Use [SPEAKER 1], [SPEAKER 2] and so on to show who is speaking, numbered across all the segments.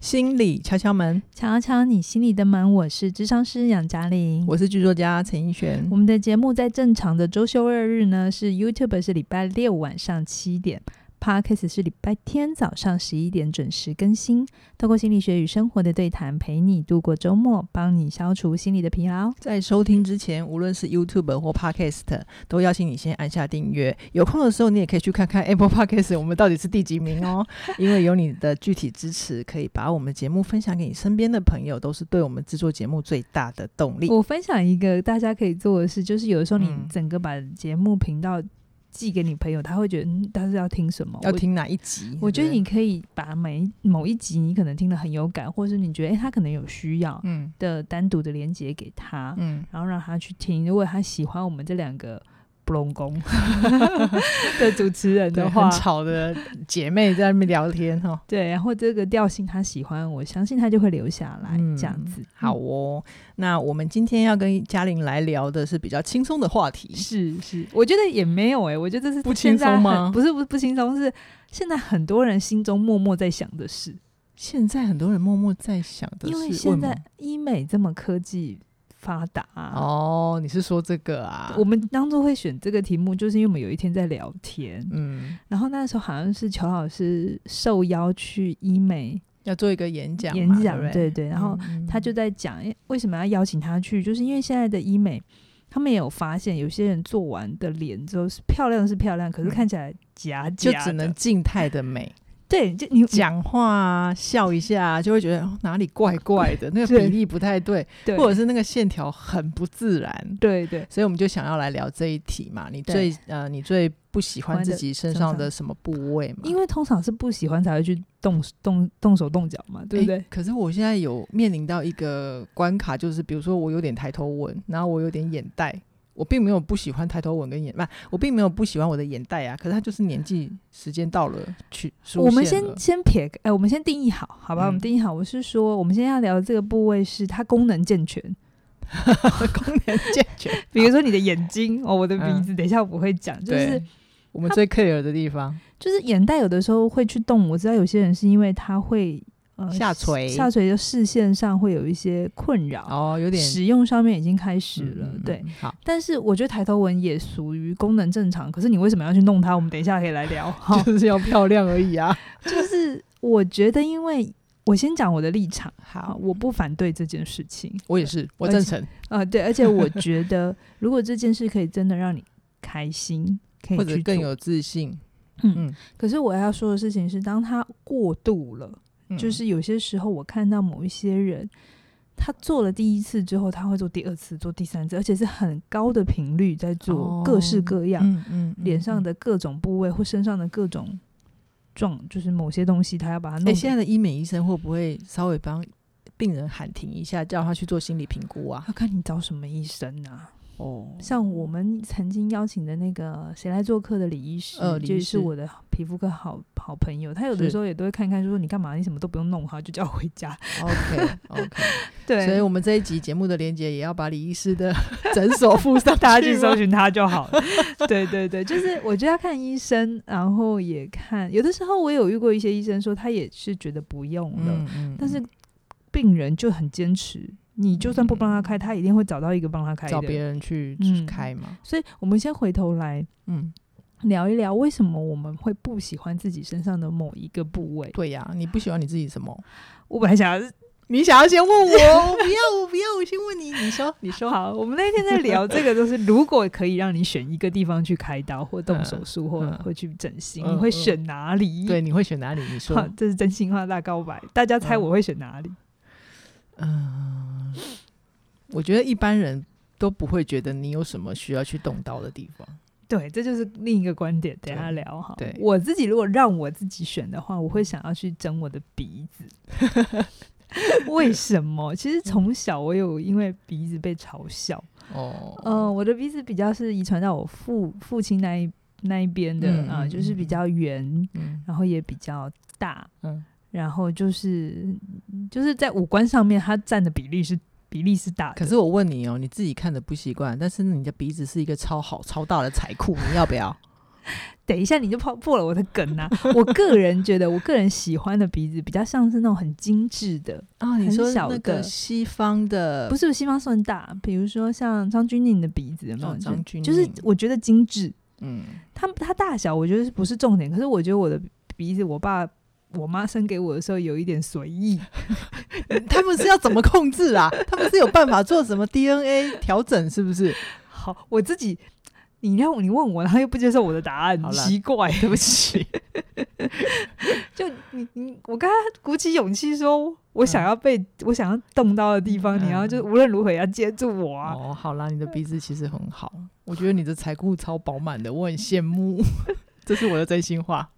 [SPEAKER 1] 心理敲敲门，
[SPEAKER 2] 敲敲你心里的门，我是智商师杨嘉玲。
[SPEAKER 1] 我是剧作家陈奕璇
[SPEAKER 2] 我。们的节目在正常的周休二日呢，是 YouTube 是礼拜六晚上七点，Podcast 是礼拜天早上十一点准时更新。透过心理学与生活的对谈，陪你度过周末，帮你消除心理的疲劳。
[SPEAKER 1] 在收听之前，无论是 YouTube 或 Podcast，都邀请你先按下订阅。有空的时候，你也可以去看看 Apple Podcast 我们到底是第几名 哦。因为有你的具体支持，可以把我们节目分享给你身边的朋友，都是对我们制作节目最大的动力。
[SPEAKER 2] 我分享一个大家可以做的事，就是有的时候你
[SPEAKER 1] 嗯
[SPEAKER 2] 整个把节目频道寄给你朋友，他会觉得嗯他是要听什么？
[SPEAKER 1] 要
[SPEAKER 2] 我
[SPEAKER 1] 听哪一集？
[SPEAKER 2] 我觉得
[SPEAKER 1] 对
[SPEAKER 2] 你可以把每一某一集你可能听得很有感，或是你觉得诶他可能有需要
[SPEAKER 1] 不对嗯
[SPEAKER 2] 的单独的连接给他，
[SPEAKER 1] 嗯，
[SPEAKER 2] 然后让他去听。如果他喜欢我们这两个不隆 宫 的主持人
[SPEAKER 1] 对，
[SPEAKER 2] 的
[SPEAKER 1] 很
[SPEAKER 2] 话，
[SPEAKER 1] 吵的姐妹在那边聊天哈、哦。
[SPEAKER 2] 对，然后这个调性他喜欢，我相信他就会留下来、
[SPEAKER 1] 嗯
[SPEAKER 2] 哎这样子。
[SPEAKER 1] 好
[SPEAKER 2] 嗯，
[SPEAKER 1] 哦，那我们今天要跟嘉玲来聊的是比较轻松的话题，
[SPEAKER 2] 是是，我觉得也没有诶、我觉得这是
[SPEAKER 1] 不
[SPEAKER 2] 现
[SPEAKER 1] 轻
[SPEAKER 2] 在
[SPEAKER 1] 松
[SPEAKER 2] 很
[SPEAKER 1] 吗
[SPEAKER 2] 不是不是不轻松，是现在很多人心中默默在想的事，
[SPEAKER 1] 现在很多人默默在想的是
[SPEAKER 2] 因为
[SPEAKER 1] 为
[SPEAKER 2] 现
[SPEAKER 1] 什么
[SPEAKER 2] 在医美这么科技发达、
[SPEAKER 1] 哦，你是说这个啊？
[SPEAKER 2] 我们当初会选这个题目，就是因为我们有一天在聊天，
[SPEAKER 1] 嗯，
[SPEAKER 2] 然后那时候好像是裘老师受邀去医美
[SPEAKER 1] 要做一个演讲嘛，
[SPEAKER 2] 演讲，
[SPEAKER 1] 对不对，
[SPEAKER 2] 对对，然后
[SPEAKER 1] 嗯
[SPEAKER 2] 他就在讲，诶，为什么要邀请他去？就是因为现在的医美，他们也有发现，有些人做完的脸之后是漂亮是漂亮，可是
[SPEAKER 1] 嗯
[SPEAKER 2] 看起来假
[SPEAKER 1] 就
[SPEAKER 2] 假的，
[SPEAKER 1] 只能静态的美，
[SPEAKER 2] 对，就你
[SPEAKER 1] 讲话啊，笑一下啊，就会觉得、哦哪里怪怪 的，那个
[SPEAKER 2] 对
[SPEAKER 1] 比例不太对，
[SPEAKER 2] 对
[SPEAKER 1] 或者是那个线条很不自然。
[SPEAKER 2] 对对，
[SPEAKER 1] 所以我们就想要来聊这一题嘛，你
[SPEAKER 2] 对
[SPEAKER 1] 最呃，你最不喜欢
[SPEAKER 2] 欢的
[SPEAKER 1] 自己身
[SPEAKER 2] 身
[SPEAKER 1] 上
[SPEAKER 2] 上
[SPEAKER 1] 的什么部位嘛？
[SPEAKER 2] 因为通常是不喜欢才会去动动动手动脚嘛，对不
[SPEAKER 1] 诶
[SPEAKER 2] 对？
[SPEAKER 1] 可是我现在有面临到一个关卡，就是比如说我有点抬头纹，然后我有点眼袋，我并没有不喜欢抬头纹跟眼，不，我并没有不喜欢我的眼袋啊。可是它就是年纪时间到了去出
[SPEAKER 2] 我们
[SPEAKER 1] 现
[SPEAKER 2] 先
[SPEAKER 1] 了
[SPEAKER 2] 先撇，哎、我们先定义好，好吧？
[SPEAKER 1] 嗯
[SPEAKER 2] 我们定义好，我是说，我们现在要聊的这个部位是它功能健全，
[SPEAKER 1] 功能健全，
[SPEAKER 2] 比如说你的眼睛，哦，我的鼻
[SPEAKER 1] 嗯
[SPEAKER 2] 子，等一下我会讲，就是
[SPEAKER 1] 对我们最 care 的地 方，
[SPEAKER 2] 就是眼袋有的时候会去动，我知道有些人是因为他会呃
[SPEAKER 1] 下垂
[SPEAKER 2] 下垂的视线上会有一些困扰，
[SPEAKER 1] 哦，有点
[SPEAKER 2] 使用上面已经开始了，
[SPEAKER 1] 嗯
[SPEAKER 2] 对。，
[SPEAKER 1] 好，
[SPEAKER 2] 但是我觉得抬头纹也属于功能正常，可是你为什么要去弄它？我们等一下可以来 聊。好，
[SPEAKER 1] 就是要漂亮而已啊。
[SPEAKER 2] 就是我觉得，因为我先讲我的立场。啊，
[SPEAKER 1] 好，
[SPEAKER 2] 我不反对这件事情
[SPEAKER 1] 我也是，我赞成，
[SPEAKER 2] 啊、对，而且我觉得如果这件事可以真的让你开心，可以
[SPEAKER 1] 或者
[SPEAKER 2] 去
[SPEAKER 1] 更
[SPEAKER 2] 做，
[SPEAKER 1] 有自信，
[SPEAKER 2] 嗯
[SPEAKER 1] 嗯。
[SPEAKER 2] 可是我要说的事情是，当他过度了，
[SPEAKER 1] 嗯
[SPEAKER 2] 就是有些时候我看到某一些人，他做了第一次之后，他会做第二次，做第三次，而且是很高的频率在做
[SPEAKER 1] 哦
[SPEAKER 2] 各式各样、
[SPEAKER 1] 嗯嗯，嗯
[SPEAKER 2] 脸上。
[SPEAKER 1] 嗯
[SPEAKER 2] 的各种部位或身上的各种状，就是某些东西，他要把它弄
[SPEAKER 1] 哎、
[SPEAKER 2] 得。
[SPEAKER 1] 现在的医美医生会不会稍微帮病人喊停一下，叫他去做心理评估啊？
[SPEAKER 2] 要看你找什么医生啊。
[SPEAKER 1] 哦，
[SPEAKER 2] 像我们曾经邀请的那个谁来做客的李医师，
[SPEAKER 1] 呃李
[SPEAKER 2] 就
[SPEAKER 1] 医
[SPEAKER 2] 是
[SPEAKER 1] 师
[SPEAKER 2] 我的皮肤科好好朋友，他有的
[SPEAKER 1] 是
[SPEAKER 2] 时候也都会看看，说你干嘛，你什么都不用弄哈，就叫我回 家。
[SPEAKER 1] OK OK，
[SPEAKER 2] 对
[SPEAKER 1] 所以我们这一集节目的连接也要把李医师的 诊所附上 去吗，
[SPEAKER 2] 大家去搜寻他就好了。对对对，就是我觉得要看医生，然后也看，有的时候我有遇过一些医生说他也是觉得不用了，
[SPEAKER 1] 嗯。嗯嗯
[SPEAKER 2] 但是病人就很坚持，你就算不帮他开，他一定会找到一个帮他开
[SPEAKER 1] 嗯
[SPEAKER 2] 的。
[SPEAKER 1] 找别人去
[SPEAKER 2] 嗯
[SPEAKER 1] 开嘛，
[SPEAKER 2] 所以我们先回头来
[SPEAKER 1] 嗯，
[SPEAKER 2] 聊一聊为什么我们会不喜欢自己身上的某一个部位。
[SPEAKER 1] 对呀、你不喜欢你自己什么？
[SPEAKER 2] 我本来想 要
[SPEAKER 1] 你想要先问 我，我不要，我不要，我先问你，你说，你说，
[SPEAKER 2] 好，我们那天在聊这个，就是如果可以让你选一个地方去开刀或动手术或、
[SPEAKER 1] 嗯
[SPEAKER 2] 或去整形，
[SPEAKER 1] 嗯
[SPEAKER 2] 你会选哪里？
[SPEAKER 1] 对，，你会选哪里？你
[SPEAKER 2] 好
[SPEAKER 1] 说，，
[SPEAKER 2] 这是真心话大告白，大家猜
[SPEAKER 1] 嗯
[SPEAKER 2] 我会选哪里？
[SPEAKER 1] 嗯，我觉得一般人都不会觉得你有什么需要去动刀的地方。
[SPEAKER 2] 对，这就是另一个观点，等一下聊哈。
[SPEAKER 1] 对
[SPEAKER 2] 我自己如果让我自己选的话，我会想要去整我的鼻子。 为什么？其实从小我有因为鼻子被嘲笑，
[SPEAKER 1] 哦，
[SPEAKER 2] 嗯，我的鼻子比较是遗传到我父父亲那一那一边的
[SPEAKER 1] 嗯
[SPEAKER 2] 啊、
[SPEAKER 1] 嗯
[SPEAKER 2] 就是比较圆，
[SPEAKER 1] 嗯
[SPEAKER 2] 然后也比较大，
[SPEAKER 1] 嗯，
[SPEAKER 2] 然后就是就是在五官上面，它占的比例是比例是大的。
[SPEAKER 1] 可是我问 你哦，你自己看的不习惯，但是你的鼻子是一个超好超大的财库，你要不要？
[SPEAKER 2] 等一下你就跑破了我的梗呐、我个人觉得，我个人喜欢的鼻子比较像是那种很精致的，
[SPEAKER 1] 啊，你
[SPEAKER 2] 很
[SPEAKER 1] 说
[SPEAKER 2] 小
[SPEAKER 1] 那
[SPEAKER 2] 的
[SPEAKER 1] 个西方的
[SPEAKER 2] 不是西方算大，比如说像张钧甯的鼻子有没有？
[SPEAKER 1] 哦张钧甯
[SPEAKER 2] 就是我觉得精致，
[SPEAKER 1] 嗯，
[SPEAKER 2] 它它大小我觉得不是重点，可是我觉得我的鼻子，我爸我妈生给我的时候有一点 随意，
[SPEAKER 1] 他们是要怎么控制啊？他们是有办法做什么 DNA 调整，是不是？
[SPEAKER 2] 好，我自己。你让你问我，然后又不接受我的答 案
[SPEAKER 1] 好，啦
[SPEAKER 2] 奇怪。
[SPEAKER 1] 对不 起，
[SPEAKER 2] 就你你，我刚才鼓起勇气说，我想要被、我想要动到的地方，
[SPEAKER 1] 嗯
[SPEAKER 2] 你要就是无论如何也要接住我啊！
[SPEAKER 1] 哦，好啦，你的鼻子其实很好，我觉得你的财库超饱满的，我很羡慕， 这是我的真心话。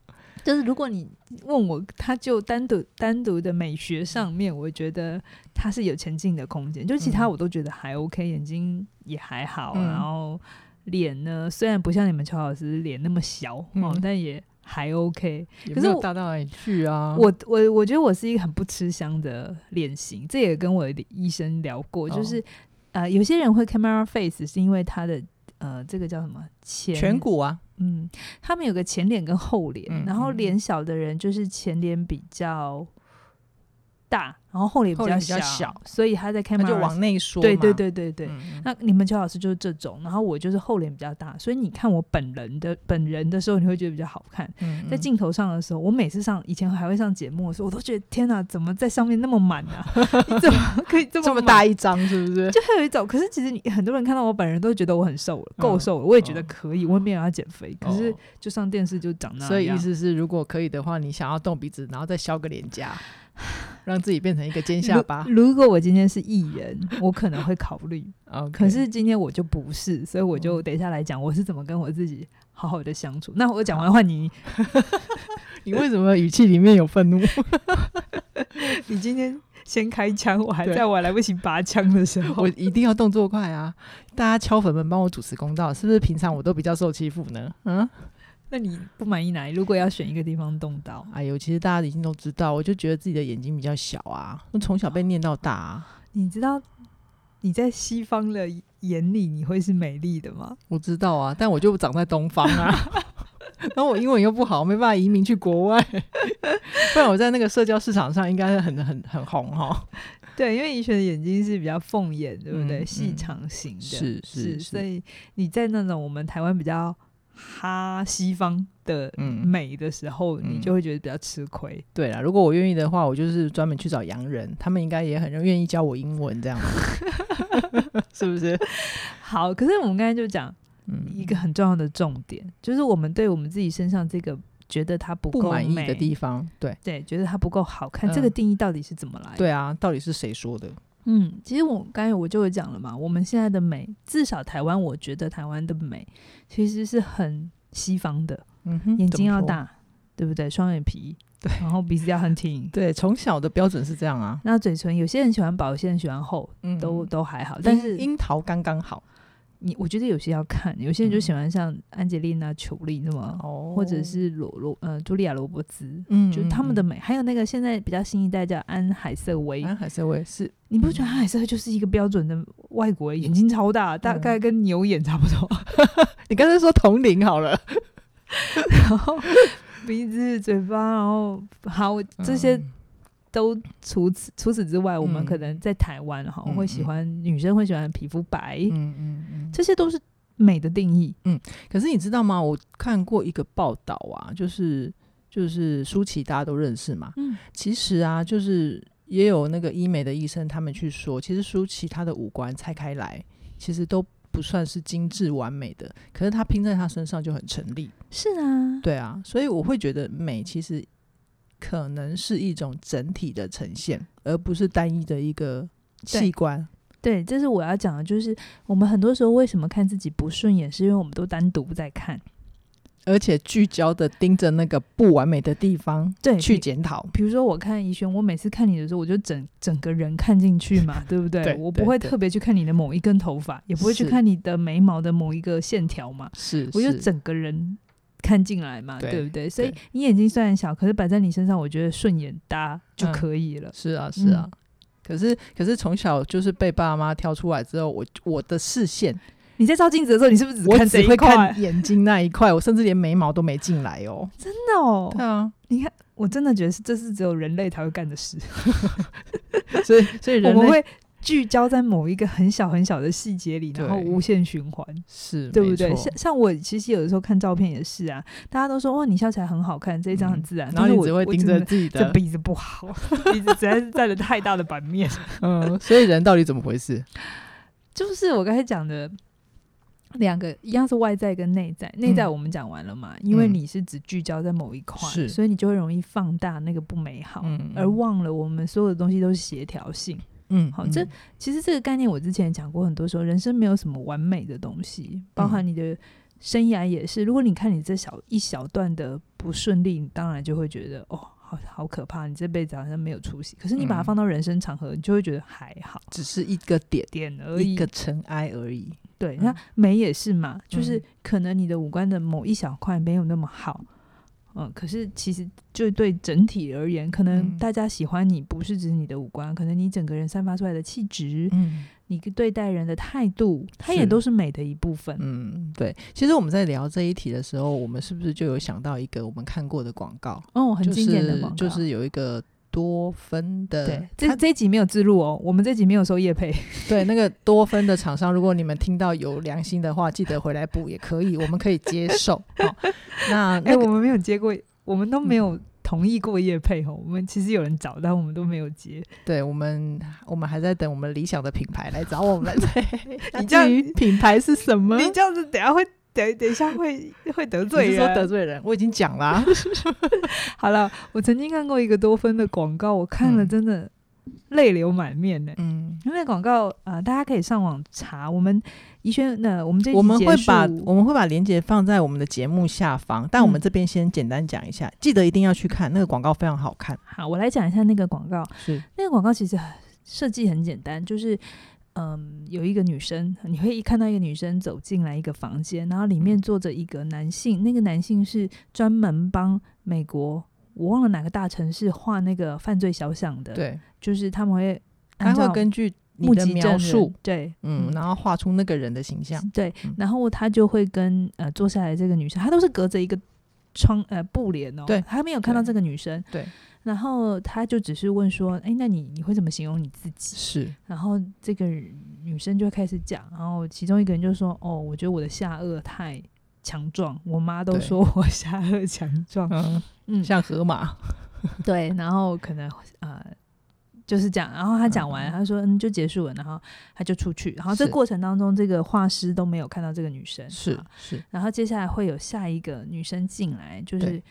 [SPEAKER 2] 就是如果你问我，它就单独单独的美学上面，我觉得它是有前进的空间。就其他
[SPEAKER 1] 嗯
[SPEAKER 2] 我都觉得还 OK，、眼睛也还好，
[SPEAKER 1] 嗯
[SPEAKER 2] 然后脸呢，虽然不像你们邱老师脸那么小、哦
[SPEAKER 1] 嗯，
[SPEAKER 2] 但也还 OK。
[SPEAKER 1] 也没
[SPEAKER 2] 可是
[SPEAKER 1] 有
[SPEAKER 2] 我
[SPEAKER 1] 大到哪里去啊？
[SPEAKER 2] 我我我觉得我是一个很不吃香的脸型，这也跟我的医生聊过，
[SPEAKER 1] 哦
[SPEAKER 2] 就是呃，有些人会 camera face 是因为他的呃，这个叫什么前
[SPEAKER 1] 颧骨啊，
[SPEAKER 2] 嗯，他们有个前脸跟后脸，
[SPEAKER 1] 嗯
[SPEAKER 2] 然后
[SPEAKER 1] 嗯
[SPEAKER 2] 脸小的人就是前脸比较大，然后后脸比
[SPEAKER 1] 后
[SPEAKER 2] 较
[SPEAKER 1] 脸
[SPEAKER 2] 小，
[SPEAKER 1] 比较小
[SPEAKER 2] 所以他在
[SPEAKER 1] 那
[SPEAKER 2] camera
[SPEAKER 1] 就往内缩嘛。
[SPEAKER 2] 对对对对对。
[SPEAKER 1] 嗯，
[SPEAKER 2] 那你们邱老师就是这种，然后我就是后脸比较大，所以你看我本人的本人的时候，你会觉得比较好看。
[SPEAKER 1] 嗯
[SPEAKER 2] 在镜头上的时候，我每次上以前还会上节目的时候，我都觉得天哪，怎么在上面那么满啊？ 你怎么可以这么
[SPEAKER 1] 这么
[SPEAKER 2] 满
[SPEAKER 1] 大？一张，是 不是？
[SPEAKER 2] 就会有一种，可是其实你很多人看到我本人都觉得我很瘦了，够瘦了，我也觉得可以，我也没有要减肥，可是
[SPEAKER 1] 嗯哦
[SPEAKER 2] 就上电视就长那样。
[SPEAKER 1] 所以意思是，如果可以的话，你想要动鼻子，然后再削个脸颊，让自己变成一个尖下巴。
[SPEAKER 2] 如如果我今天是艺人，我可能会考 虑，
[SPEAKER 1] o
[SPEAKER 2] 可是今天我就不是，所以我
[SPEAKER 1] 嗯
[SPEAKER 2] 就等一下来讲我是怎么跟我自己好好的相处。那我讲完换你，
[SPEAKER 1] 你为什么语气里面有 愤怒？
[SPEAKER 2] 你今天先开枪，我还
[SPEAKER 1] 对
[SPEAKER 2] 在我来不及拔枪的时候
[SPEAKER 1] 我，一定要动作快啊！大家敲粉们帮我主持公道，是不是平常我都比较受欺负呢？嗯，
[SPEAKER 2] 那你不满意哪里？如果要选一个地方动刀，啊
[SPEAKER 1] 哎呦，其实大家已经都知道，我就觉得自己的眼睛比较小啊，我从小被念到大、啊。
[SPEAKER 2] 你知道你在西方的眼里你会是美丽的吗？
[SPEAKER 1] 我知道啊，但我就长在东方啊。 然后我英文又不好，没办法移民去国外， 不然我在那个社交市场上应该很很很红哦。
[SPEAKER 2] 对，因为怡璇的眼睛是比较凤眼，对不对？
[SPEAKER 1] 嗯
[SPEAKER 2] 细
[SPEAKER 1] 嗯
[SPEAKER 2] 长型的，
[SPEAKER 1] 是
[SPEAKER 2] 是
[SPEAKER 1] 是是
[SPEAKER 2] 所以你在那种我们台湾比较哈西方的
[SPEAKER 1] 嗯
[SPEAKER 2] 美的时候，你
[SPEAKER 1] 嗯
[SPEAKER 2] 就会觉得比较吃亏。
[SPEAKER 1] 对啦，如果我愿意的话，我就是专门去找洋人，他们应该也很愿意教我英文，这样 子是不 是？
[SPEAKER 2] 好，可是我们刚才就讲
[SPEAKER 1] 嗯，
[SPEAKER 2] 一个很重要的重点，就是我们对我们自己身上这个觉得它不
[SPEAKER 1] 不
[SPEAKER 2] 够
[SPEAKER 1] 满意的
[SPEAKER 2] 美
[SPEAKER 1] 地方，对
[SPEAKER 2] 对，觉得它不够好看，这
[SPEAKER 1] 嗯
[SPEAKER 2] 个定义到底是怎么来的？
[SPEAKER 1] 对啊，到底是谁说的？
[SPEAKER 2] 嗯，其实我刚才我就有讲了嘛，我们现在的美，至少台湾，我觉得台湾的美其实是很西方的，
[SPEAKER 1] 嗯哼
[SPEAKER 2] 眼睛要，大，对不对？双眼皮，
[SPEAKER 1] 对
[SPEAKER 2] 然后鼻子要很挺，
[SPEAKER 1] 对，从小的标准是这样啊，
[SPEAKER 2] 那嘴唇，有些人喜欢薄，有些人喜欢厚，
[SPEAKER 1] 嗯
[SPEAKER 2] 都、都还好。但是
[SPEAKER 1] 樱樱桃刚刚好
[SPEAKER 2] 你，我觉得有些要看，有些人就
[SPEAKER 1] 嗯
[SPEAKER 2] 喜欢像安吉丽娜·裘丽那么，
[SPEAKER 1] 哦
[SPEAKER 2] 或者是罗罗呃茱莉亚·罗伯兹。
[SPEAKER 1] 嗯
[SPEAKER 2] 就是他们的美，还有那个现在比较新一代叫安海瑟薇，
[SPEAKER 1] 安海瑟薇啊是
[SPEAKER 2] 你不
[SPEAKER 1] 嗯
[SPEAKER 2] 觉得安海瑟薇就是一个标准的外国人，眼睛超大，
[SPEAKER 1] 嗯
[SPEAKER 2] 大概跟牛眼差不多，
[SPEAKER 1] 你刚才说同龄好了，
[SPEAKER 2] 然后鼻子、嘴巴，然后好这些
[SPEAKER 1] 嗯
[SPEAKER 2] 都除此除此之外，我们
[SPEAKER 1] 嗯
[SPEAKER 2] 可能在台湾哈、
[SPEAKER 1] 嗯
[SPEAKER 2] 会喜欢、女生会喜欢皮肤白，啊
[SPEAKER 1] 嗯嗯嗯。
[SPEAKER 2] 这些都是美的定义。
[SPEAKER 1] 可是你知道吗？我看过一个报道啊，就是就是舒淇大家都认识嘛，
[SPEAKER 2] 嗯，
[SPEAKER 1] 其实啊，就是也有那个医美的医生他们去说，其实舒淇她的五官拆开来，其实都不算是精致完美的，可是她拼在她身上就很成立。
[SPEAKER 2] 是啊，
[SPEAKER 1] 对啊，所以我会觉得美其实可能是一种整体的呈现，而不是单一的一个器官。
[SPEAKER 2] 对，这是我要讲的，就是我们很多时候为什么看自己不顺眼，是因为我们都单独在看，
[SPEAKER 1] 而且聚焦的盯着那个不完美的地方
[SPEAKER 2] 对，
[SPEAKER 1] 去
[SPEAKER 2] 比。
[SPEAKER 1] 检讨，
[SPEAKER 2] 比如说，我看怡轩，我每次看你的时候，我就整整个人看进去嘛，对不对？
[SPEAKER 1] 对
[SPEAKER 2] 我
[SPEAKER 1] 对
[SPEAKER 2] 不会
[SPEAKER 1] 对
[SPEAKER 2] 特别去看你的某一根头发，也不会去
[SPEAKER 1] 是
[SPEAKER 2] 看你的眉毛的某一个线条嘛。
[SPEAKER 1] 是，
[SPEAKER 2] 我就是整个人看进来嘛，对
[SPEAKER 1] 对
[SPEAKER 2] 不对？所以
[SPEAKER 1] 对
[SPEAKER 2] 你眼睛虽然小，可是摆在你身上，我觉得顺眼搭就
[SPEAKER 1] 嗯
[SPEAKER 2] 可以了。
[SPEAKER 1] 是啊，是啊。可是，可是从小就是被爸妈挑出来之后，我我的视线
[SPEAKER 2] 你在照镜子的时候，你是不是只
[SPEAKER 1] 我
[SPEAKER 2] 看这
[SPEAKER 1] 只
[SPEAKER 2] 一
[SPEAKER 1] 会
[SPEAKER 2] 块？
[SPEAKER 1] 看眼睛那一块，我 甚至连眉毛都没进来哦。
[SPEAKER 2] 真的哦，
[SPEAKER 1] 对啊，
[SPEAKER 2] 你看，我真的觉得是这是只有人类才会干的事，
[SPEAKER 1] 所以所以
[SPEAKER 2] 我
[SPEAKER 1] 人
[SPEAKER 2] 们
[SPEAKER 1] 类
[SPEAKER 2] 会聚焦在某一个很小很小的细节里，然后
[SPEAKER 1] 对
[SPEAKER 2] 无限循环。
[SPEAKER 1] 是
[SPEAKER 2] 对不
[SPEAKER 1] 没
[SPEAKER 2] 对？
[SPEAKER 1] 错
[SPEAKER 2] 像像我其实有的时候看照片也是啊，大家都说哇，你笑起来很好看，这一张很自然，
[SPEAKER 1] 然
[SPEAKER 2] 但
[SPEAKER 1] 后嗯
[SPEAKER 2] 是
[SPEAKER 1] 你
[SPEAKER 2] 我
[SPEAKER 1] 只会
[SPEAKER 2] 我
[SPEAKER 1] 盯
[SPEAKER 2] 真
[SPEAKER 1] 着
[SPEAKER 2] 的
[SPEAKER 1] 自己
[SPEAKER 2] 这
[SPEAKER 1] 的，
[SPEAKER 2] 鼻子不好， 鼻子实在是占了太大的版面。
[SPEAKER 1] 嗯，所以人到底怎么回事？
[SPEAKER 2] 就是我刚才讲的两个一样是外在跟内在，内在
[SPEAKER 1] 嗯
[SPEAKER 2] 我们讲完了嘛，因为
[SPEAKER 1] 嗯
[SPEAKER 2] 你是只聚焦在某一块，
[SPEAKER 1] 是
[SPEAKER 2] 所以你就会容易放大那个不美好，
[SPEAKER 1] 嗯
[SPEAKER 2] 而忘了我们所有的东西都是协调性。
[SPEAKER 1] 嗯，
[SPEAKER 2] 好这
[SPEAKER 1] 嗯
[SPEAKER 2] 其实这个概念我之前也讲过很多时候，人生没有什么完美的东西，包
[SPEAKER 1] 嗯
[SPEAKER 2] 含你的生涯也是。如果你看你这小一小段的不顺利，你当然就会觉得哦，好好可怕，你这辈子好像没有出息。可是你把它
[SPEAKER 1] 嗯
[SPEAKER 2] 放到人生场合，你就会觉得还好
[SPEAKER 1] 只是一个点，
[SPEAKER 2] 点而已。
[SPEAKER 1] 一个尘埃而已。
[SPEAKER 2] 对，
[SPEAKER 1] 嗯
[SPEAKER 2] 那美也是嘛，就是
[SPEAKER 1] 嗯
[SPEAKER 2] 可能你的五官的某一小块没有那么好。嗯，可是其实就对整体而言，可能
[SPEAKER 1] 嗯
[SPEAKER 2] 大家喜欢你不是指你的五官，可能你整个人散发出来的气质，
[SPEAKER 1] 嗯
[SPEAKER 2] 你对待人的态度，它
[SPEAKER 1] 是
[SPEAKER 2] 也都是美的一部分。
[SPEAKER 1] 嗯，对。其实我们在聊这一题的时候，我们是不是就有想到一个我们看过的广告，
[SPEAKER 2] 哦，很
[SPEAKER 1] 就
[SPEAKER 2] 经典的
[SPEAKER 1] 是
[SPEAKER 2] 广告。
[SPEAKER 1] 就是有一个多芬的
[SPEAKER 2] 对，，这这一集没有自录哦，我们这集没有收叶 配。
[SPEAKER 1] 对，那个多芬的厂商，如果你们听到有良心的话，记得回来补也可以，我们可以接受。哦、那
[SPEAKER 2] 哎、
[SPEAKER 1] 那个、
[SPEAKER 2] 我们没有接过，我们都没有同意过叶配哦。我们其实有人找，但我们都没有接。
[SPEAKER 1] 对我们，我们还在等我们理想的品牌来找我 们。对，那
[SPEAKER 2] 你这样
[SPEAKER 1] 至于品牌是什么？
[SPEAKER 2] 你这样子，等一下会等等一下会会得罪
[SPEAKER 1] 你是说
[SPEAKER 2] 人。
[SPEAKER 1] 得罪人？我已经讲啊啦、
[SPEAKER 2] 好了，我曾经看过一个多芬的广告，我看了
[SPEAKER 1] 嗯
[SPEAKER 2] 真的泪流满面呢。
[SPEAKER 1] 嗯，
[SPEAKER 2] 因为广告啊、呃大家可以上网查。我们宜轩，那、我们这一集
[SPEAKER 1] 我们
[SPEAKER 2] 结
[SPEAKER 1] 会把
[SPEAKER 2] 束
[SPEAKER 1] 我们会把链接放在我们的节目下方，但我们
[SPEAKER 2] 嗯
[SPEAKER 1] 这边先简单讲一下，记得一定要去看那个广告，非常好看。
[SPEAKER 2] 好，我来讲一下那个广告。
[SPEAKER 1] 是，
[SPEAKER 2] 那个广告其实很设计很简单，就是嗯，有一个女生，你会一看到一个女生走进来一个房间，然后里
[SPEAKER 1] 嗯
[SPEAKER 2] 面坐着一个男性，那个男性是专门帮美国，我忘了哪个大城市画那个犯罪小想的，，
[SPEAKER 1] 对，
[SPEAKER 2] 就是他们会
[SPEAKER 1] 它
[SPEAKER 2] 按
[SPEAKER 1] 会
[SPEAKER 2] 照
[SPEAKER 1] 根据你
[SPEAKER 2] 目
[SPEAKER 1] 的
[SPEAKER 2] 击证
[SPEAKER 1] 描
[SPEAKER 2] 人
[SPEAKER 1] 述，，
[SPEAKER 2] 对，
[SPEAKER 1] 嗯，然后画出那个人的形象。
[SPEAKER 2] 对
[SPEAKER 1] 嗯，
[SPEAKER 2] 然后他就会跟呃坐下来这个女生，她都是隔着一个窗呃布帘哦，
[SPEAKER 1] 对
[SPEAKER 2] 他没有看到
[SPEAKER 1] 对
[SPEAKER 2] 这个女生，
[SPEAKER 1] 对，
[SPEAKER 2] 然后他就只是问说，哎，那你你会怎么形容你自己？
[SPEAKER 1] 是，
[SPEAKER 2] 然后这个女生就开始讲，然后其中一个人就说，哦，我觉得我的下颚太强壮，我妈都
[SPEAKER 1] 对
[SPEAKER 2] 说我下颚强壮，
[SPEAKER 1] 嗯，
[SPEAKER 2] 嗯，
[SPEAKER 1] 像河 马，
[SPEAKER 2] 对，然后可能呃就是这样，然后他讲完，
[SPEAKER 1] 嗯
[SPEAKER 2] 他说嗯就结束了，然后他就出去，然后这
[SPEAKER 1] 是
[SPEAKER 2] 过程当中，这个画师都没有看到这个女生，
[SPEAKER 1] 是
[SPEAKER 2] 好
[SPEAKER 1] 是。
[SPEAKER 2] 然后接下来会有下一个女生进来，就是
[SPEAKER 1] 对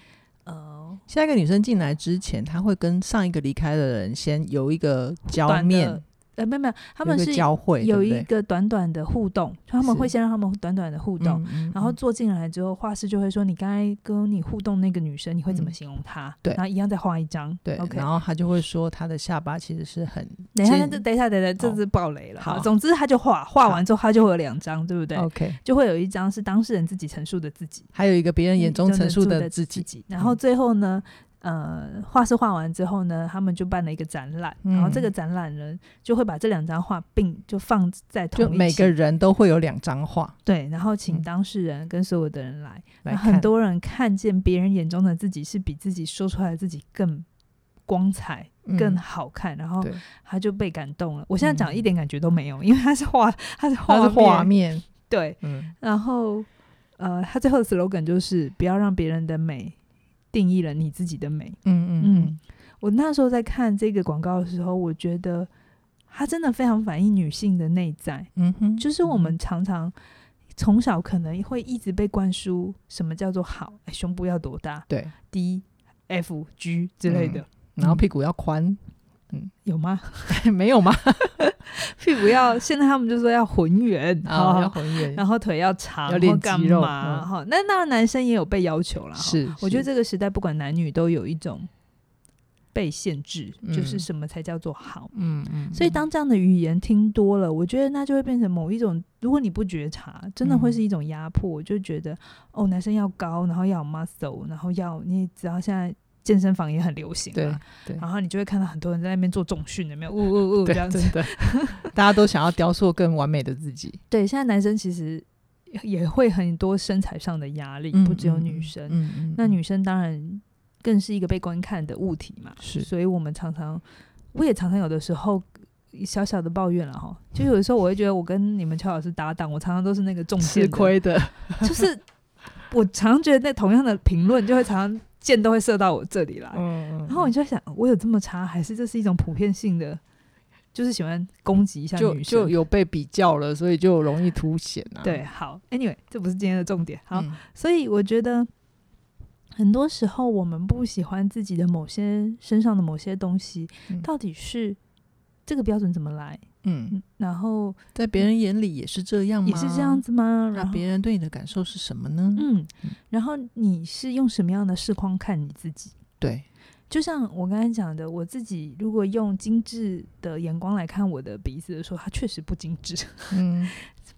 [SPEAKER 2] 呃
[SPEAKER 1] 下一个女生进来之前，她会跟上一个离开的人先有一个交
[SPEAKER 2] 短
[SPEAKER 1] 面，
[SPEAKER 2] 的呃没有没有，他
[SPEAKER 1] 他
[SPEAKER 2] 们是
[SPEAKER 1] 交汇，对
[SPEAKER 2] 有
[SPEAKER 1] 不
[SPEAKER 2] 一
[SPEAKER 1] 对
[SPEAKER 2] 个短短的互动，就他们
[SPEAKER 1] 是
[SPEAKER 2] 会先让他们短短的互动。
[SPEAKER 1] 嗯嗯
[SPEAKER 2] 然后
[SPEAKER 1] 嗯
[SPEAKER 2] 坐进来之后，画师就会说：“你刚才跟你互动那个女生，你会怎么
[SPEAKER 1] 嗯
[SPEAKER 2] 形容她？”
[SPEAKER 1] 对
[SPEAKER 2] 然后一样再画一张。
[SPEAKER 1] 对
[SPEAKER 2] o k
[SPEAKER 1] 然后她就会说她的下巴其实是很
[SPEAKER 2] 等一下，
[SPEAKER 1] 进
[SPEAKER 2] 这等一下，等一下，这
[SPEAKER 1] 好
[SPEAKER 2] 是爆雷了。
[SPEAKER 1] 好
[SPEAKER 2] 总之他就画，画
[SPEAKER 1] 好
[SPEAKER 2] 完之后他就会有两张，对不对？
[SPEAKER 1] OK，
[SPEAKER 2] 就会有一张是当事人自己陈述的自己，
[SPEAKER 1] 还有一个别人眼中陈述
[SPEAKER 2] 嗯的
[SPEAKER 1] 的自己，嗯
[SPEAKER 2] 己。然后最后呢，呃，画师画完之后呢，他们就办了一个展览，
[SPEAKER 1] 嗯
[SPEAKER 2] 然后这个展览人就会把这两张画并就放在同
[SPEAKER 1] 就
[SPEAKER 2] 一起
[SPEAKER 1] 每个人都会有两张画
[SPEAKER 2] 对，然后请
[SPEAKER 1] 嗯
[SPEAKER 2] 当事人跟所有的人来，
[SPEAKER 1] 来
[SPEAKER 2] 那
[SPEAKER 1] 看，
[SPEAKER 2] 很多人看见别人眼中的自己是比自己说出来的自己更光彩、
[SPEAKER 1] 嗯
[SPEAKER 2] 更好看，然后
[SPEAKER 1] 对
[SPEAKER 2] 他就被感动了。我现在讲
[SPEAKER 1] 嗯
[SPEAKER 2] 一点感觉都没有，因为他是画， 他是画
[SPEAKER 1] 它
[SPEAKER 2] 面，
[SPEAKER 1] 是画面，
[SPEAKER 2] 对。
[SPEAKER 1] 嗯，
[SPEAKER 2] 然后呃，他最后的 slogan 就是不要让别人的美定义了你自己的美。
[SPEAKER 1] 嗯嗯嗯，
[SPEAKER 2] 我那时候在看这个广告的时候，我觉得它真的非常反映女性的内在。
[SPEAKER 1] 嗯哼，
[SPEAKER 2] 就是我们常常从小可能会一直被灌输什么叫做好，哎胸部要多大
[SPEAKER 1] 对，
[SPEAKER 2] ，D、F、G 之类的，
[SPEAKER 1] 然后屁股要宽，
[SPEAKER 2] 有吗？
[SPEAKER 1] 没有吗？
[SPEAKER 2] 屁股要，现在他们就说要浑圆，
[SPEAKER 1] 啊，要
[SPEAKER 2] 好
[SPEAKER 1] 浑圆，
[SPEAKER 2] 然后腿要长，
[SPEAKER 1] 要练
[SPEAKER 2] 或干
[SPEAKER 1] 肌肉
[SPEAKER 2] 嘛？
[SPEAKER 1] 嗯
[SPEAKER 2] 哈、那当然男生也有被要求了，哈
[SPEAKER 1] 是，
[SPEAKER 2] 我觉
[SPEAKER 1] 是
[SPEAKER 2] 得这个时代不管男女都有一种被限制，就是
[SPEAKER 1] 嗯
[SPEAKER 2] 什么才叫做好。
[SPEAKER 1] 嗯嗯，
[SPEAKER 2] 所以，
[SPEAKER 1] 嗯
[SPEAKER 2] 当这样的语言听多了，我觉得那就会变成某一种，如果你不觉察，真的会
[SPEAKER 1] 嗯
[SPEAKER 2] 是一种压迫。我就觉得，哦，男生要高，然后要有 muscle，然后要你只要现在健身房也很流行
[SPEAKER 1] 对
[SPEAKER 2] 嘛，
[SPEAKER 1] 对
[SPEAKER 2] 然后你就会看到很多人在那边做重训，有没有？呜呜呜 这
[SPEAKER 1] 对，
[SPEAKER 2] 样 子。
[SPEAKER 1] 真的，大家都想要雕塑更完美的自己，
[SPEAKER 2] 对，现在男生其实也会很多身材上的压力，不只有女生。
[SPEAKER 1] 嗯嗯
[SPEAKER 2] 那女生当然更是一个被观看的物体嘛，
[SPEAKER 1] 是
[SPEAKER 2] 所以我们常常，我也常常有的时候。小小的抱怨了哈，就有的时候我会觉得我跟你们邱老师搭档，我常常都是那个中箭
[SPEAKER 1] 吃
[SPEAKER 2] 的，
[SPEAKER 1] 亏的，
[SPEAKER 2] 就是我常常觉得那同样的评论就会常常箭都会射到我这里来，
[SPEAKER 1] 嗯，
[SPEAKER 2] 然后我就在想，我有这么差，还是这是一种普遍性的，就是喜欢攻击一下
[SPEAKER 1] 就
[SPEAKER 2] 女
[SPEAKER 1] 就
[SPEAKER 2] 生？
[SPEAKER 1] 有被比较了，所以就容易凸显啊。
[SPEAKER 2] 对，好，Anyway，这不是今天的重点。好，
[SPEAKER 1] 嗯，
[SPEAKER 2] 所以我觉得很多时候我们不喜欢自己的某些身上的某些东西，
[SPEAKER 1] 嗯
[SPEAKER 2] 到底是这个标准怎么来？
[SPEAKER 1] 嗯，
[SPEAKER 2] 嗯，然后
[SPEAKER 1] 在别人眼里也是这样吗？
[SPEAKER 2] 也是这样，子吗？
[SPEAKER 1] 那
[SPEAKER 2] 然后
[SPEAKER 1] 啊别人对你的感受是什么呢？
[SPEAKER 2] 嗯，然后你是用什么样的视框看你自己？
[SPEAKER 1] 对，
[SPEAKER 2] 就像我刚才讲的，我自己如果用精致的眼光来看我的鼻子的时候，它确实不精致，
[SPEAKER 1] 嗯，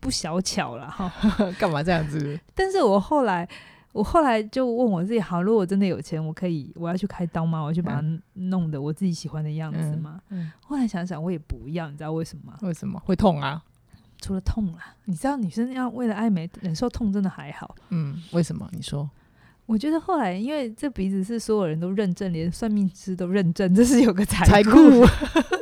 [SPEAKER 2] 不小巧了哈。
[SPEAKER 1] 干嘛这样子？
[SPEAKER 2] 但是我后来，我后来就问我自己，好，如果我真的有钱，我可以，我要去开刀吗？我要去把它弄得我自己喜欢的样子吗？
[SPEAKER 1] 嗯，
[SPEAKER 2] 后来想想，我也不要，你知道为什么吗？
[SPEAKER 1] 为什么会痛啊？
[SPEAKER 2] 除了痛啦，你知道女生要为了爱美忍受痛，真的还好。
[SPEAKER 1] 嗯，为什么？你说，
[SPEAKER 2] 我觉得后来，因为这鼻子是所有人都认证，连算命师都认证，这是有个财
[SPEAKER 1] 财
[SPEAKER 2] 库，
[SPEAKER 1] 库，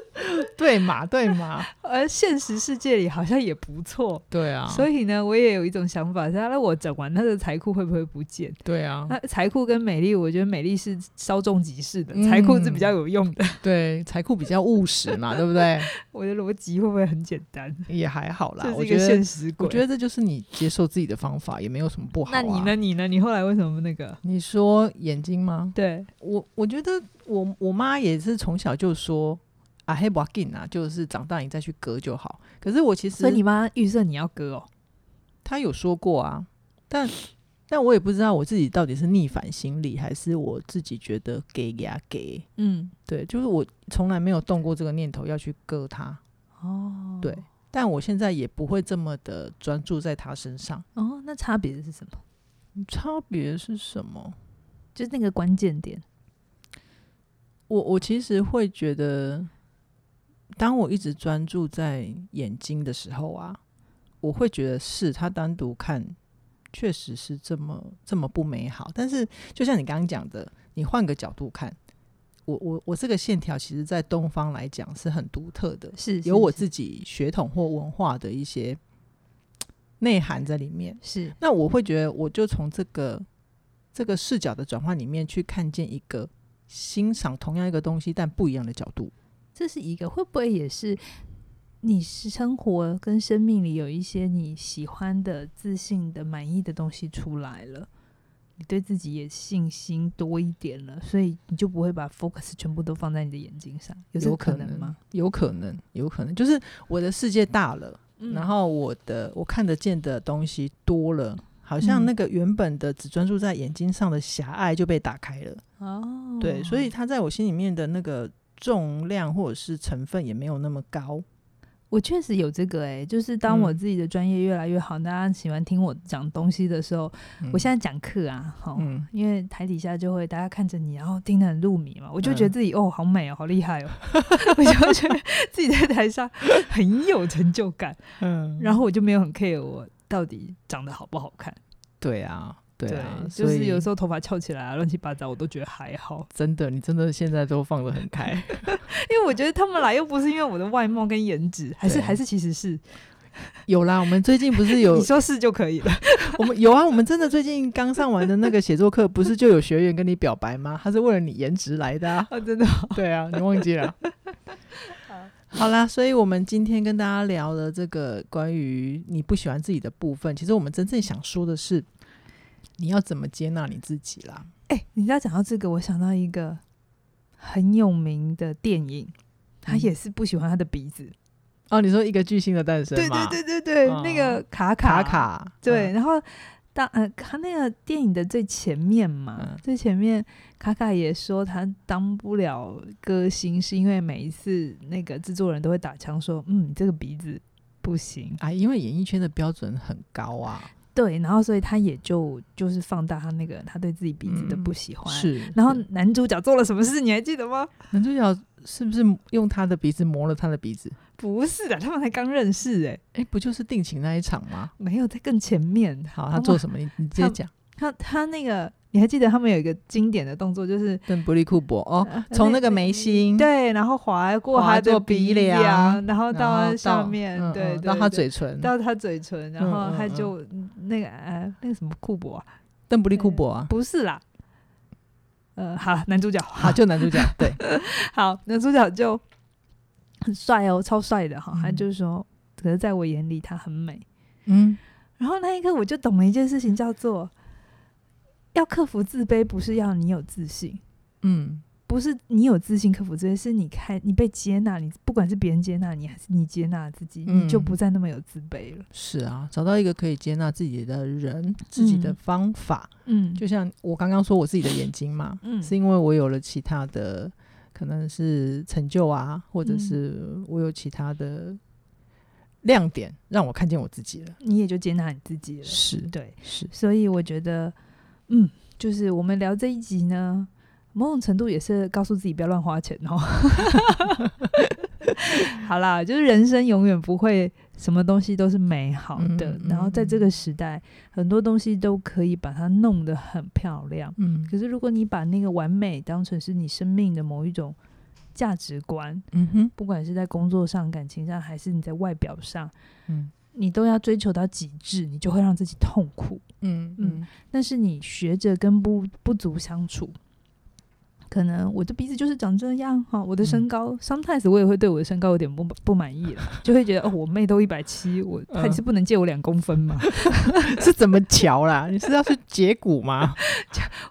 [SPEAKER 1] 对嘛，对嘛，
[SPEAKER 2] 而现实世界里好像也不错。
[SPEAKER 1] 对啊，
[SPEAKER 2] 所
[SPEAKER 1] 以
[SPEAKER 2] 以呢，我也有一种想法是，啊那我整完他的财库会不会不见？
[SPEAKER 1] 对啊，
[SPEAKER 2] 那财库跟美丽，我觉得美丽是稍纵即逝的，
[SPEAKER 1] 嗯
[SPEAKER 2] 财库是比较有用的。
[SPEAKER 1] 对，财库比较务实嘛，对不对？
[SPEAKER 2] 我的逻辑会不会很简单？
[SPEAKER 1] 也还好啦，
[SPEAKER 2] 这
[SPEAKER 1] 我
[SPEAKER 2] 是一个
[SPEAKER 1] 觉
[SPEAKER 2] 现
[SPEAKER 1] 得，
[SPEAKER 2] 实鬼。
[SPEAKER 1] 我觉得这就是你接受自己的方法，也没有什么不好。啊
[SPEAKER 2] 那你？呢？你呢？你后来为什么那个？
[SPEAKER 1] 你说眼睛吗？
[SPEAKER 2] 对，
[SPEAKER 1] 我我觉得我我妈也是从小就说啊，黑不紧啊，就是长大你再去割就好。可是我其实
[SPEAKER 2] 所以你妈预设你要割哦。
[SPEAKER 1] 她有说过啊，但但我也不知道我自己到底是逆反心理，还是我自己觉得给呀给。
[SPEAKER 2] 嗯，
[SPEAKER 1] 对，就是我从来没有动过这个念头要去割它，
[SPEAKER 2] 哦，
[SPEAKER 1] 对，但我现在也不会这么的专注在它身上。
[SPEAKER 2] 哦，那差别是什么？
[SPEAKER 1] 嗯差别是什么？
[SPEAKER 2] 就是那个关键点。
[SPEAKER 1] 我我其实会觉得，当我一直专注在眼睛的时候啊，我会觉得是他单独看确实是这么这么不美好。但是就像你刚刚讲的，你换个角度看，我我我这个线条，其实在东方来讲是很独特的，
[SPEAKER 2] 是
[SPEAKER 1] 有我
[SPEAKER 2] 己
[SPEAKER 1] 自己血统或文化的一些内涵在里面。
[SPEAKER 2] 是
[SPEAKER 1] 那我会觉得，我就从这个这个视角的转换里面去看见一个欣赏同样一个东西但不一样的角度。
[SPEAKER 2] 这是一个会不会也是你是生活跟生命里有一些你喜欢的、自信的、满意的东西出来了，你对自己也信心多一点了，所以你就不会把 focus 全部都放在你的眼睛上，有这个
[SPEAKER 1] 可
[SPEAKER 2] 能吗？？
[SPEAKER 1] 有可能，有可能，就是我的世界大了，
[SPEAKER 2] 嗯
[SPEAKER 1] 然后我的我看得见的东西多了。好像
[SPEAKER 2] 嗯
[SPEAKER 1] 那个原本的只专注在眼睛上的狭隘就被打开了，
[SPEAKER 2] 哦，
[SPEAKER 1] 对，所以它在我心里面的那个重量或者是成分也没有那么高，
[SPEAKER 2] 我确实有这个诶、就是当我
[SPEAKER 1] 嗯
[SPEAKER 2] 自己的专业越来越好，大家喜欢听我讲东西的时候，我现在讲课啊，好、
[SPEAKER 1] 嗯，
[SPEAKER 2] 因为台底下就会大家看着你，然后听得很入迷嘛，我就觉得
[SPEAKER 1] 嗯
[SPEAKER 2] 自己、哦好美哦，好厉害哦， 我就觉得自己在台上很有成就感，
[SPEAKER 1] 嗯
[SPEAKER 2] 然后我就没有很 care 我到底长得好不好看，
[SPEAKER 1] 对啊，对啊，
[SPEAKER 2] 就
[SPEAKER 1] 所
[SPEAKER 2] 是
[SPEAKER 1] 以
[SPEAKER 2] 有时候头发翘起来啊，乱七八糟，我都觉得还好，
[SPEAKER 1] 真的，你真的现在都放得很开，
[SPEAKER 2] 因为我觉得他们来又不是因为我的外貌跟颜值，还是
[SPEAKER 1] 对
[SPEAKER 2] 还是其实是
[SPEAKER 1] 有啦，我们最近不是有
[SPEAKER 2] 你说是就可 以了，。
[SPEAKER 1] 我们有啊，我们真的最近刚上完的那个写作课，不是就有学员跟你表白吗？他是为了你颜值来的啊
[SPEAKER 2] 啊、真的哦、
[SPEAKER 1] 对啊，你忘记了。 好啦，所以我们今天跟大家聊了这个关于你不喜欢自己的部分，其实我们真正想说的是，你要怎么接纳你自己啦。
[SPEAKER 2] 哎、你知道讲到这个，我想到一个很有名的电影，他
[SPEAKER 1] 嗯
[SPEAKER 2] 也是不喜欢他的鼻子。
[SPEAKER 1] 哦，你说一个巨星的诞生
[SPEAKER 2] 对
[SPEAKER 1] 嘛，
[SPEAKER 2] 对对对对，
[SPEAKER 1] 嗯
[SPEAKER 2] 那个卡
[SPEAKER 1] 卡
[SPEAKER 2] 卡，
[SPEAKER 1] 卡，
[SPEAKER 2] 对，然后当呃，他那个电影的最前面嘛，
[SPEAKER 1] 嗯
[SPEAKER 2] 最前面卡卡也说他当不了歌星，是因为每一次那个制作人都会打枪说，嗯，你这个鼻子不行。
[SPEAKER 1] 啊，因为演艺圈的标准很高啊，
[SPEAKER 2] 对，然后所以他也就就是放大他那个他对自己鼻子的不喜欢。
[SPEAKER 1] 是。
[SPEAKER 2] 然后
[SPEAKER 1] 是
[SPEAKER 2] 男主角做了什么事，你还记得吗？
[SPEAKER 1] 男主角是不是用他的鼻子磨了他的鼻子？
[SPEAKER 2] 不是啊的，他们才刚认识哎、
[SPEAKER 1] 哎，不就是定情那一场吗？
[SPEAKER 2] 没有在更前面。
[SPEAKER 1] 好，
[SPEAKER 2] 好
[SPEAKER 1] 他做
[SPEAKER 2] 嘛
[SPEAKER 1] 什么？你你直接
[SPEAKER 2] 他
[SPEAKER 1] 讲。
[SPEAKER 2] 他他那个你还记得他们有一个经典的动作，就是
[SPEAKER 1] 邓布利库伯哦，
[SPEAKER 2] 呃
[SPEAKER 1] 从那个眉心，
[SPEAKER 2] 对，然后划过
[SPEAKER 1] 嗯划
[SPEAKER 2] 他的
[SPEAKER 1] 过鼻
[SPEAKER 2] 梁，
[SPEAKER 1] 梁
[SPEAKER 2] 然后
[SPEAKER 1] 然后
[SPEAKER 2] 到
[SPEAKER 1] 到
[SPEAKER 2] 上面，
[SPEAKER 1] 嗯
[SPEAKER 2] 对
[SPEAKER 1] 嗯
[SPEAKER 2] 对，
[SPEAKER 1] 到他
[SPEAKER 2] 对
[SPEAKER 1] 嘴唇，
[SPEAKER 2] 到他嘴唇，然
[SPEAKER 1] 嗯
[SPEAKER 2] 后他
[SPEAKER 1] 嗯嗯
[SPEAKER 2] 就那个呃那个什么库珀啊，
[SPEAKER 1] 邓布利库 伯啊，
[SPEAKER 2] 不是啦，呃，好，男主角，
[SPEAKER 1] 好，就男主角对，
[SPEAKER 2] 好，男主角就很帅哦，超帅的哈，他
[SPEAKER 1] 嗯
[SPEAKER 2] 就说，可是在我眼里他很美。
[SPEAKER 1] 嗯，
[SPEAKER 2] 然后那一刻我就懂了一件事情，叫做要克服自卑，不是要你有自信，
[SPEAKER 1] 嗯，
[SPEAKER 2] 不是你有自信克服自卑，是你看你被接纳，你不管是别人接纳你，还是你接纳自己，你就
[SPEAKER 1] 嗯
[SPEAKER 2] 不再那么有自卑了。
[SPEAKER 1] 是啊，找到一个可以接纳自己的人，自己的
[SPEAKER 2] 嗯
[SPEAKER 1] 方法，
[SPEAKER 2] 嗯，
[SPEAKER 1] 就像我刚刚说我自己的眼睛嘛，
[SPEAKER 2] 嗯
[SPEAKER 1] 是因为我有了其他的，可能是成就啊，或者
[SPEAKER 2] 嗯
[SPEAKER 1] 是我有其他的亮点，让我看见我自己了，
[SPEAKER 2] 你也就接纳你自己了。
[SPEAKER 1] 是
[SPEAKER 2] 对，
[SPEAKER 1] 是，
[SPEAKER 2] 所以我觉得，嗯，就是我们聊这一集呢，某种程度也是告诉自己不要乱花钱哦。 好啦，就是人生永远不会什么东西都是美好的，
[SPEAKER 1] 嗯嗯
[SPEAKER 2] 然后在这个时代，很多东西都可以把它弄得很漂亮。
[SPEAKER 1] 嗯
[SPEAKER 2] 可是如果你把那个完美当成是你生命的某一种价值观，
[SPEAKER 1] 嗯哼，
[SPEAKER 2] 不管是在工作上、感情上，还是你在外表上，
[SPEAKER 1] 嗯
[SPEAKER 2] 你都要追求到极致，你就会让自己痛苦。
[SPEAKER 1] 嗯
[SPEAKER 2] 嗯
[SPEAKER 1] 嗯
[SPEAKER 2] 但是你学着跟不不足相处。可能我的鼻子就是长这样哈，我的
[SPEAKER 1] 嗯
[SPEAKER 2] 身高、sometimes 我也会对我的身高有点不不满意了，就会觉得哦，我妹都一百七，我她
[SPEAKER 1] 嗯
[SPEAKER 2] 是不能借我两公 分嘛，
[SPEAKER 1] 是怎么瞧 啦？你是要去截骨 吗？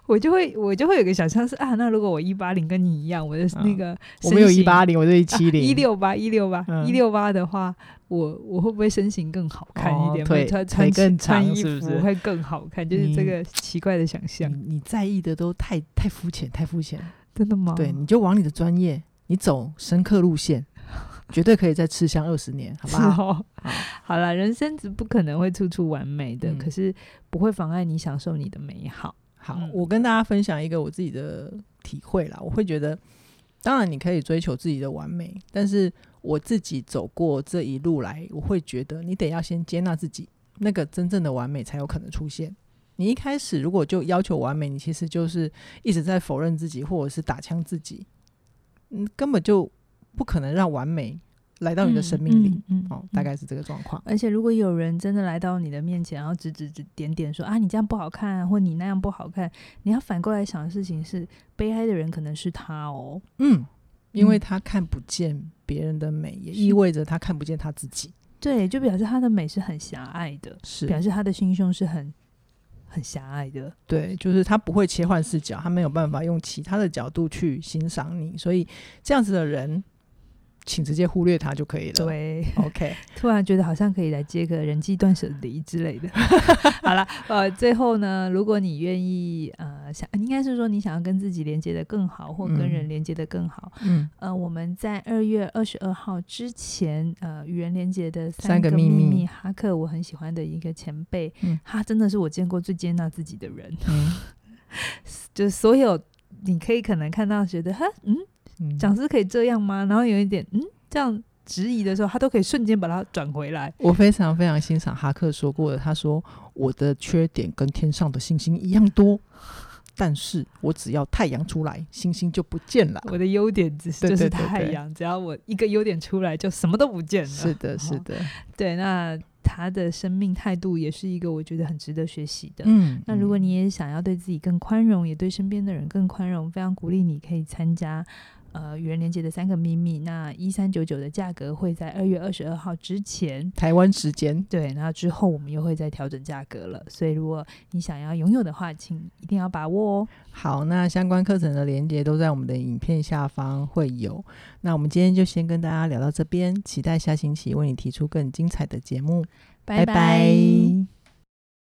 [SPEAKER 2] 我就会我就会有个想象是啊，那如果我一八零跟你一样，我的那
[SPEAKER 1] 嗯
[SPEAKER 2] 个
[SPEAKER 1] 我们有
[SPEAKER 2] 身
[SPEAKER 1] 一
[SPEAKER 2] 形
[SPEAKER 1] 八零，我啊就一七零，
[SPEAKER 2] 一六八一六八
[SPEAKER 1] 嗯
[SPEAKER 2] 一六八的话，我我会不会身形更好看一
[SPEAKER 1] 哦
[SPEAKER 2] 点？
[SPEAKER 1] 腿
[SPEAKER 2] 穿
[SPEAKER 1] 腿
[SPEAKER 2] 穿
[SPEAKER 1] 更
[SPEAKER 2] 穿
[SPEAKER 1] 长
[SPEAKER 2] 衣
[SPEAKER 1] 是不嗯
[SPEAKER 2] 服
[SPEAKER 1] 是
[SPEAKER 2] 会更好看，就是这
[SPEAKER 1] 你
[SPEAKER 2] 个奇怪的想象，
[SPEAKER 1] 你你在意的都太太肤浅，太肤浅。
[SPEAKER 2] 真的吗？
[SPEAKER 1] 对，你就往你的专业，你走深刻路 线，绝对可以再吃香二十年，好不
[SPEAKER 2] 是
[SPEAKER 1] 好？
[SPEAKER 2] 哦，
[SPEAKER 1] 好
[SPEAKER 2] 好啦，人生是不可能会处处完美的，
[SPEAKER 1] 嗯
[SPEAKER 2] 可是不会妨碍你享受你的美好。
[SPEAKER 1] 好
[SPEAKER 2] 嗯
[SPEAKER 1] 我跟大家分享一个我自己的体会啦。我会觉得，当然你可以追求自己的完美，但是我自己走过这一路来，我会觉得你得要先接纳自己，那个真正的完美才有可能出现。你一开始如果就要求完美，你其实就是一直在否认自己，或者是打枪自己，嗯，根本就不可能让完美来到你的生命里。
[SPEAKER 2] 嗯，嗯
[SPEAKER 1] 哦，大。概是这个状况。
[SPEAKER 2] 而且，如果有人真的来到你的面前，然后指指指点点说啊，你这样不好看，或你那样不好看，你要反过来想的事情是，悲哀的人可能是他哦。
[SPEAKER 1] 嗯，因为
[SPEAKER 2] 嗯
[SPEAKER 1] 他看不见别人的美，也
[SPEAKER 2] 是
[SPEAKER 1] 意味着他看不见他自己。
[SPEAKER 2] 对，就表示他的美是很狭隘的，
[SPEAKER 1] 是
[SPEAKER 2] 表示他的心胸是很很狭隘的。
[SPEAKER 1] 对，就是他不会切换视角，他没有办法用其他的角度去欣赏你，所以这样子的人，请直接忽略他就可以了。
[SPEAKER 2] 对，
[SPEAKER 1] ，OK，
[SPEAKER 2] 突然觉得好像可以来接个人际断舍离之类的。 好了，呃，最后呢，如果你愿意，呃，想应该是说你想要跟自己连接的更好，或跟
[SPEAKER 1] 嗯
[SPEAKER 2] 人连接的更好，
[SPEAKER 1] 嗯，
[SPEAKER 2] 呃，我们在二月二十二号之前，呃，与人连接的
[SPEAKER 1] 三
[SPEAKER 2] 个
[SPEAKER 1] 个秘
[SPEAKER 2] 密，
[SPEAKER 1] 密
[SPEAKER 2] 哈克我很喜欢的一个前辈，
[SPEAKER 1] 嗯
[SPEAKER 2] 他真的是我见过最接纳自己的人，
[SPEAKER 1] 嗯
[SPEAKER 2] 就是所有你可以可能看到觉得哈，嗯，
[SPEAKER 1] 嗯，
[SPEAKER 2] 讲师可以这样吗？然后有一点嗯，这样质疑的时候，他都可以瞬间把它转回来。
[SPEAKER 1] 我非常非常欣赏哈克说过的，他说我的缺点跟天上的星星一样多，但是我只要太阳出来，星星就不见了。
[SPEAKER 2] 我的优点只是
[SPEAKER 1] 啊对
[SPEAKER 2] 就是
[SPEAKER 1] 对对
[SPEAKER 2] 太
[SPEAKER 1] 对
[SPEAKER 2] 阳，只要我一个优点出来，就什么都不见了。
[SPEAKER 1] 是的，是
[SPEAKER 2] 哦
[SPEAKER 1] 的，
[SPEAKER 2] 对。那他的生命态度也是一个我觉得很值得学习的。
[SPEAKER 1] 嗯。
[SPEAKER 2] 那如果
[SPEAKER 1] 嗯
[SPEAKER 2] 你也想要对自己更宽容，也对身边的人更宽容，非常鼓励你可以参加呃愚人连接的三个秘密。那一三九九的价格会在二月二十二号之前。
[SPEAKER 1] 台湾时间
[SPEAKER 2] 对，那之后我们又会再调整价格了，所以如果你想要拥有的话，请一定要把握哦。
[SPEAKER 1] 好，那相关课程的连接都在我们的影片下方会有。那我们今天就先跟大家聊到这边，期待下星期为你提出更精彩的节目。拜拜